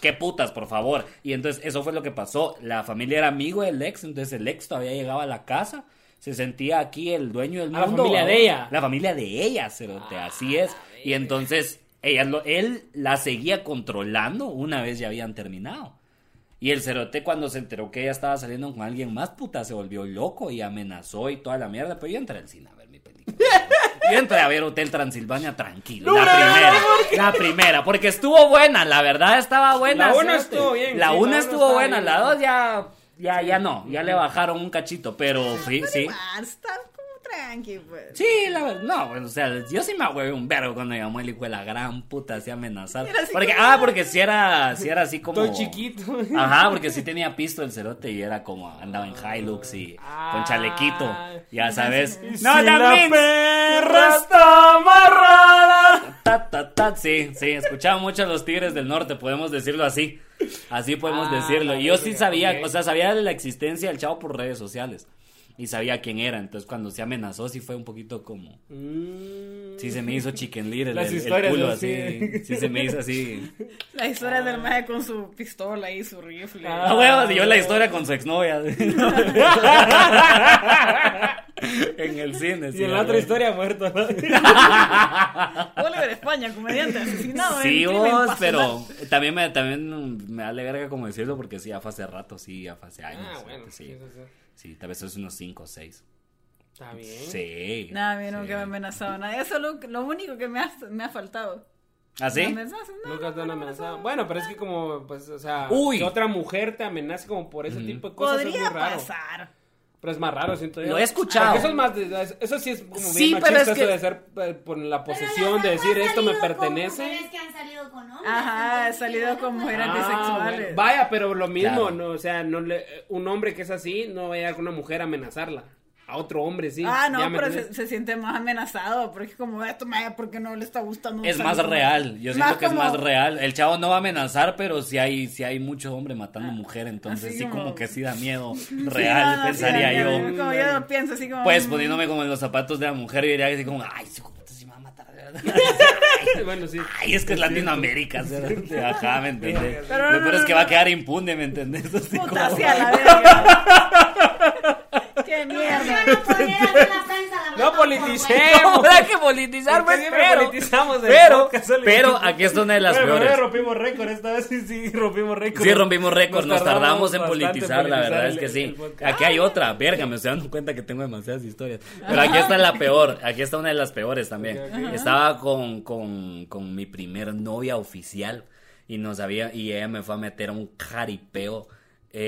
B: qué putas, por favor. Y entonces eso fue lo que pasó, la familia era amigo del ex, entonces el ex todavía llegaba a la casa, se sentía aquí el dueño del
A: A la
B: mundo,
A: familia
B: vaos.
A: de ella.
B: La familia de ella, cerote, así
A: Ah,
B: es. Y entonces, ella lo- él la seguía controlando una vez ya habían terminado. Y el cerote cuando se enteró que ella estaba saliendo con alguien más, puta, se volvió loco y amenazó y toda la mierda. Pero yo entré al cine a ver mi película. Yo entré a ver Hotel Transilvania tranquilo. la primera. La primera. Porque estuvo buena, la verdad estaba buena.
A: La una
B: cerote.
A: estuvo bien,
B: La
A: sí, la
B: una
A: una
B: estuvo
A: estaba
B: buena,
A: bien.
B: la dos ya... Ya, ya no, ya le bajaron un cachito, pero sí, sí.
C: Ah, está como tranqui, pues.
B: Sí, la verdad, no, bueno, o sea, yo sí me agüevé un verbo cuando llamó el hijo de la gran puta así a amenazar.
C: Era así
B: Porque,
C: como-
B: ah, porque si era, si era así como.
A: Estoy chiquito.
B: Ajá, porque sí tenía pisto el cerote y era como, andaba en Hilux y con chalequito, ya sabes.
A: Y si
B: No,
A: la
B: también.
A: perra está amarrada.
B: Ta, ta, ta, sí, sí, escuchaba mucho a los Tigres del Norte, podemos decirlo así. Así podemos
A: Ah,
B: decirlo.
A: la
B: Y yo sí
A: verga,
B: sabía,
A: ok.
B: o sea, sabía de la existencia del chavo por redes sociales. Y sabía quién era, entonces cuando se amenazó sí fue un poquito como...
A: Mm.
B: Sí se me hizo chicken little
A: Las
B: el, el
A: historias,
B: culo
A: ¿no?
B: así. Sí.
A: Sí.
B: se me hizo así.
C: La historia del maje con su pistola y su rifle.
B: Ah,
A: Ah.
B: huevos, y yo la historia con su exnovia. en el cine, sí.
A: Y en
B: a
A: la otra
B: huevo.
A: historia muerto. ¿no?
C: Oliver España, comediante asesinado.
B: Sí,
C: en crimen
B: vos,
C: pasional.
B: pero también me, también me vale verga como decirlo porque sí, ya fue hace rato, sí, ya fue hace años.
A: Ah,
B: ¿no?
A: bueno.
B: Sí,
A: sí, sí, sí.
B: sí, tal vez es unos 5 o 6.
A: Está bien.
B: Sí.
C: Nada, a mí nunca
B: sí.
C: me ha amenazado nada. Eso es lo, lo único que me ha, me ha faltado.
B: ¿Ah, sí?
C: ¿Amenazas? No,
A: Nunca te han amenazado. Bueno, pero es que como, pues, o sea,
B: Uy.
A: que otra mujer te amenace como por ese tipo de cosas es muy
C: podría
A: raro.
C: pasar.
A: Pero es más raro, siento yo.
B: Lo he escuchado.
A: Porque eso es más, de- eso sí es como bien
B: Sí, pero
A: machista,
B: es que-
A: eso de ser eh, por la
D: Pero las
A: posesión, de
D: han
A: decir esto me
D: salido con mujeres
A: pertenece.
D: que han salido con hombres,
C: Ajá, he
D: entonces,
C: salido
D: igual no
C: con
D: puede-
C: mujeres
A: Ah, bueno.
C: antisexuales.
A: Vaya, pero lo mismo,
B: Claro.
A: no, o sea, no le, un hombre que es así no va a llegar con una mujer a amenazarla. A otro hombre, sí.
C: ah,
A: Ya
C: no,
A: me
C: pero se,
A: entiendes.
C: se siente más amenazado. Porque como esto, maje, porque no le está gustando.
B: Es más
C: salir con-
B: real, yo siento
C: Más
B: que es más
C: como-
B: real. El chavo no va a amenazar, pero si hay, si hay mucho hombre matando mujer, entonces
C: Ah, así
B: sí
C: como-
B: como que sí da miedo
C: Sí,
B: real,
C: no, no, sí,
B: pensaría
C: ya,
B: yo.
C: ya, Como yo lo pienso, así como.
B: Pues
C: mm,
B: poniéndome como en los zapatos de la mujer, yo diría así como, ay, su puta, sí me va a matar.
A: bueno, sí.
B: Ay, es que es Latinoamérica, ¿sí? ajá, ¿me entendés?
C: Pero no,
B: Lo peor
C: no,
B: es que
C: no,
B: va a
C: no.
B: quedar impune, ¿me entendés? Así
C: Puta,
B: como-
C: sí, a la verga. Qué mierda.
D: Van a poner a la prensa, la
A: No
D: matan por
A: politicemos.
D: huevo.
B: ¿Cómo hay que politizar,
A: ¿Por
B: pues,
A: qué siempre
B: pero,
A: politizamos el
B: pero,
A: podcast, Oli?
B: pero aquí es una de las
A: Bueno,
B: peores.
A: pero rompimos récord esta vez, sí, sí, rompimos récord.
B: Sí, rompimos récord, nos, tardamos, en
A: bastante
B: politizar, la verdad
A: el-
B: es que
A: el
B: sí.
A: podcast. Ah,
B: Aquí hay otra, verga, me estoy dando cuenta que tengo demasiadas historias. Pero aquí está la peor, aquí está una de las peores también.
A: Ok, ok.
B: Estaba con, con, con mi primer novia oficial y nos había, y ella me fue a meter a un jaripeo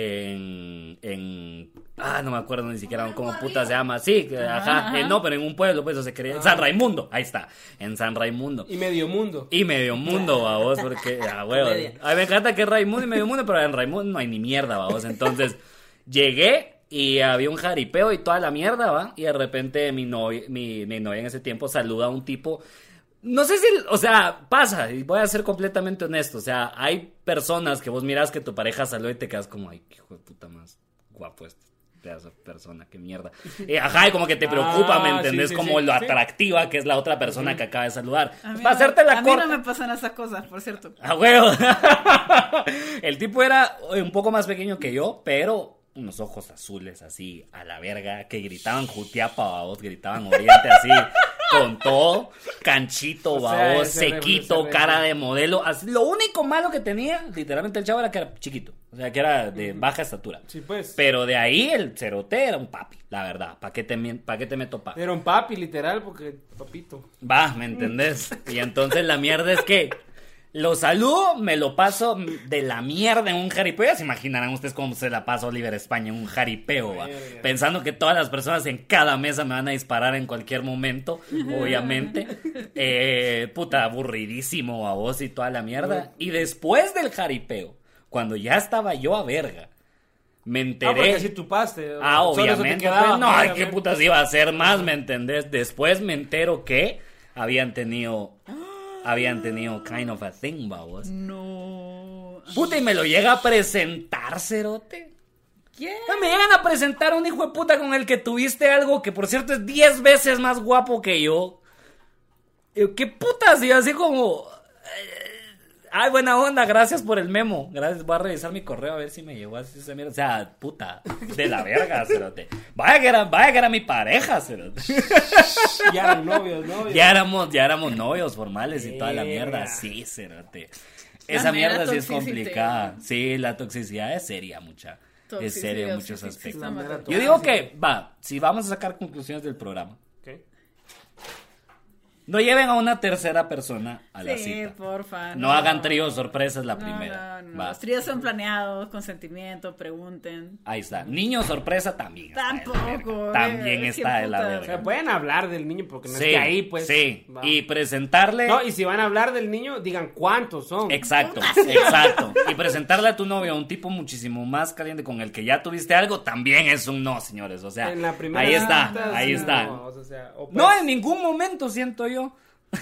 B: en, en, ah, no me acuerdo ni siquiera cómo puta se llama, sí, ajá, eh, no, pero en un pueblo, pues, o se quería, en San Raimundo, ahí está, en San Raimundo.
A: Y medio mundo.
B: Y medio mundo, babos, porque, a huevo. A mí me encanta que es Raimundo y medio mundo, pero en Raimundo no hay ni mierda, babos. Entonces, llegué Y había un jaripeo y toda la mierda, ¿va? Y de repente mi, novia mi, mi novia en ese tiempo saluda a un tipo. No sé si, o sea, pasa, y voy a ser completamente honesto. O sea, hay personas que vos mirás que tu pareja saluda y te quedas como, ay, qué hijo de puta más guapo este pedazo de persona, qué mierda. Y, ajá, y como que te preocupa, ¿me
A: Ah, sí,
B: entendés?
A: sí,
B: como
A: sí,
B: lo
A: sí.
B: atractiva que es la otra persona que acaba de saludar.
C: A mí
B: Para
C: no-
B: hacerte la
C: a mí
B: corta.
C: no me pasan esas cosas, por cierto.
B: A huevo. El tipo era un poco más pequeño que yo, pero unos ojos azules así a la verga, que gritaban jutiapa, babos, gritaban oriente así, con todo, canchito,
A: O sea,
B: babos,
A: ese refle-
B: sequito,
A: ese
B: cara
A: refle-
B: de modelo. Así, lo único malo que tenía, literalmente, el chavo era que era chiquito, o sea, que era de baja estatura.
A: Sí, pues.
B: Pero de ahí el cerote era un papi, la verdad. ¿Para qué te, mien- pa' qué te meto papi?
A: Era un papi, literal, porque papito. Ah,
B: Va, ¿me entendés? Y entonces la mierda es que lo saludo, me lo paso de la mierda en un jaripeo. Ya se imaginarán ustedes cómo se la pasa Oliver España en un jaripeo, va.
A: Verga.
B: Pensando que todas las personas en cada mesa me van a disparar en cualquier momento, obviamente. Eh, puta, aburridísimo a vos y toda la mierda. Y después del jaripeo, cuando ya estaba yo a verga, me
A: Ah, porque
B: enteré.
A: así tupaste.
B: Ah,
A: Solo eso te
B: obviamente.
A: quedaba,
B: pues, no, ay, qué
A: obviamente.
B: putas iba a hacer más, ¿me entendés? Después me entero que habían tenido. Habían tenido kind of a thing, babos.
C: No.
B: Puta, y me lo llega a presentar, cerote.
C: ¿Quién?
B: Ah, Me llegan a presentar a un hijo de puta con el que tuviste algo que, por cierto, es 10 veces más guapo que yo. Yo, ¿Qué putas? Y yo así como. eh, Ay, buena onda, gracias por el memo. Gracias, voy a revisar mi correo a ver si me llegó así esa mierda. O sea, puta, de la verga, cerote. Vaya que era, vaya que era mi pareja, cerote.
A: Ya eran novios, ¿no?
B: Ya éramos, ya éramos novios formales y toda la mierda.
A: Verga.
B: Sí, cerote.
C: La
B: Esa
C: mera
B: mierda sí es
C: toxicidad.
B: complicada. Sí, la toxicidad es seria, mucha. Es seria en
C: Toxicidad,
B: muchos
C: sí, sí, sí,
B: aspectos.
C: está mal.
A: Yo
B: Yo digo que, va, si vamos a sacar conclusiones del programa,
A: Ok.
B: no lleven a una tercera persona a la
C: Sí,
B: cita.
C: porfa.
B: No hagan tríos sorpresas la
C: No,
B: primera.
C: no, no.
B: Va.
C: Los tríos son planeados, consentimiento, pregunten.
B: Ahí está. Niño sorpresa también. está de la
C: Tampoco,
B: verga.
C: eh,
B: También
C: qué
B: está de la
C: puta.
A: O sea,
B: verga.
A: pueden hablar del niño porque no es
B: Sí,
A: que ahí, pues.
B: sí.
A: va.
B: Y presentarle.
A: No, y si van a hablar del niño, digan cuántos son.
B: Exacto, exacto. Y presentarle a tu novio a un tipo muchísimo más caliente con el que ya tuviste algo también es un no, señores. O sea,
A: En la primera
B: ahí está,
A: cita,
B: ahí
A: sí,
B: está.
A: no, o sea, o
B: No,
A: pues-
B: en ningún momento siento yo.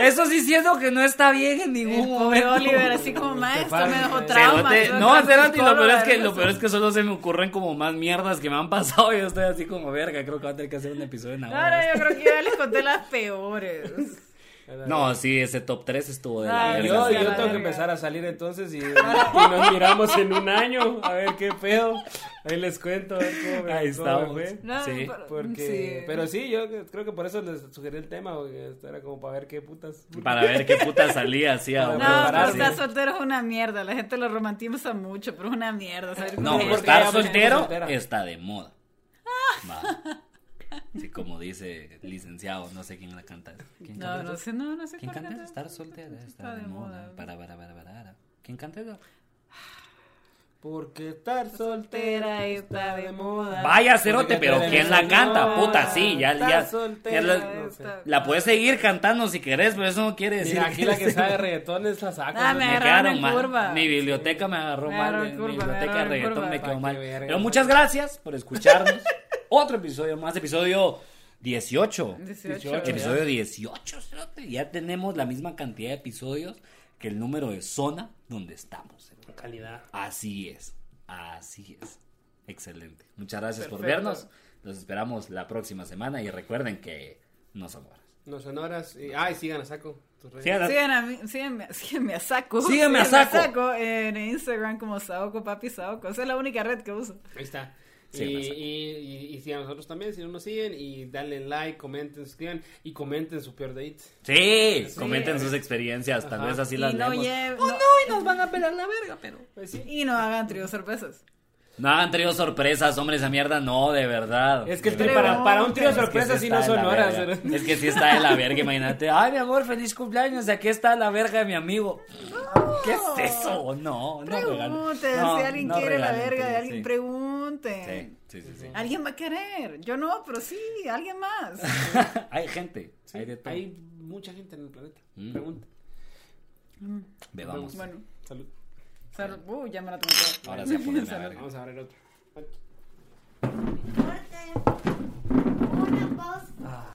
B: Eso sí siento que no está bien en ningún
C: El pobre
B: momento.
C: Oliver, así como maestro, me dejó trauma.
B: Cerote,
C: tuve
B: no, Cerati, lo
C: con
B: peor, es que,
C: psicóloga,
B: lo peor es que solo se me ocurren como más mierdas que me han pasado y yo estoy así como verga, creo que va a tener que hacer un episodio en
C: No, no,
B: ahora.
C: yo creo que ya les conté las peores.
B: No, sí, ese top 3 estuvo de la
C: Ay,
B: verga.
A: Yo,
C: Esa
A: yo
C: es la
A: tengo que
C: verga.
A: empezar a salir entonces y, y nos miramos en un año a ver qué pedo. Ahí les cuento a ver cómo me,
B: Ahí
A: cómo me
B: estamos.
A: fue.
C: No,
B: Sí,
C: pero-
A: Porque,
C: sí.
A: pero sí, yo creo que por eso les sugerí el tema, porque esto era como para ver qué putas.
B: Para ver qué puta salía así a
A: No,
B: huevo,
C: No, pero
A: prepararse.
B: sí.
C: estar soltero es una mierda. La gente lo romantiza mucho, pero es una mierda. salir con
B: No,
C: gente.
A: porque
B: estar
A: ya ves que
B: soltero
A: no soltera.
B: está de moda.
C: Ah.
B: Va. Sí, como dice el licenciado, no sé quién la canta. ¿Quién canta eso?
C: No, no sé, no, no sé
B: ¿Quién
C: cuál
B: canta eso?
C: cantar.
B: Estar soltero está
C: Pues Está
B: de
C: de
B: moda.
C: moda.
B: Para, para, para, para, para. ¿Quién canta eso?
A: Porque estar soltera
C: soltera
A: está
C: está
A: de
C: de
A: moda.
B: Vaya, cerote, pero ¿quién la canta? Puta, sí, ya,
A: Estar
B: ya.
A: soltera
B: ya la,
A: está-
C: Esta-
B: la puedes seguir cantando si querés, pero eso no quiere decir.
A: Mira, aquí la que
B: esté-
A: sabe reggaetón es la saca.
C: Ah, me
B: Me
C: agarraron
B: quedaron
C: en
B: mal.
C: curva.
B: Mi biblioteca me agarró
C: Me
B: mal.
C: agarró en
B: de-
C: curva,
B: mi
C: me
B: biblioteca de
C: agarró en
B: reggaetón
C: curva.
B: me
A: Pa'
B: quedó
A: que
B: mal.
A: verga.
B: Pero muchas gracias por escucharnos. Otro episodio más, episodio 18.
C: 18.
A: 18,
C: ¿verdad?
B: Episodio 18, cerote. ya tenemos la misma cantidad de episodios que el número de zona donde estamos. cerote.
A: Calidad.
B: Así es, así es. Excelente. Muchas gracias por
C: Perfecto.
B: vernos. Los esperamos la próxima semana y recuerden que no son horas.
A: No sonoras. Y, ay, sigan a saco. tus redes.
B: Sigan-
C: Sigan a mí- síganme, síganme a saco.
B: Síganme a saco.
C: en Instagram como Saoko Papi Saoko. Esa es la única red que uso.
A: Ahí está.
B: Sí,
A: y,
B: me saca.
A: y, y- y si a nosotros también, si no nos siguen, y dale like, comenten, suscriban y comenten su peor date.
B: Sí, comenten sus experiencias, tal
A: Ajá.
B: vez así
C: Y
B: las
C: no,
B: leemos.
C: lleve- no-
B: Oh, y nos van a pelar la verga, pero.
A: Pues sí.
C: y no hagan tríos sorpresas.
B: No hagan trío sorpresas, hombre, esa mierda no, de verdad.
A: Es que el
B: De
A: tri-
B: verdad.
A: para, para un trío
B: Es que
A: sorpresa
B: sí
A: si
B: está
A: no
B: de la
A: sonoras.
B: verga.
A: pero-
B: Es que sí está de la verga, imagínate. Ay, mi amor, feliz cumpleaños, aquí está la verga de mi amigo. ¿Qué es eso? No, no regalen.
C: Pregunten.
B: No,
C: si alguien
B: no
C: quiere la
B: regalen
C: verga de
B: tríos,
C: alguien,
B: sí.
C: pregunten.
B: Sí, sí, sí. sí.
C: Alguien va a querer. Yo no, pero sí, alguien más.
B: hay gente, hay de todo.
A: Hay Mm. mucha gente en el planeta. Pregunta.
B: Bebamos.
C: bueno.
A: Salud.
C: Sal- uh, ya me la tomé toda.
B: Ahora se ponen a
C: Salud.
B: ver.
A: Vamos a abrir otro.
D: Corte. Una pausa.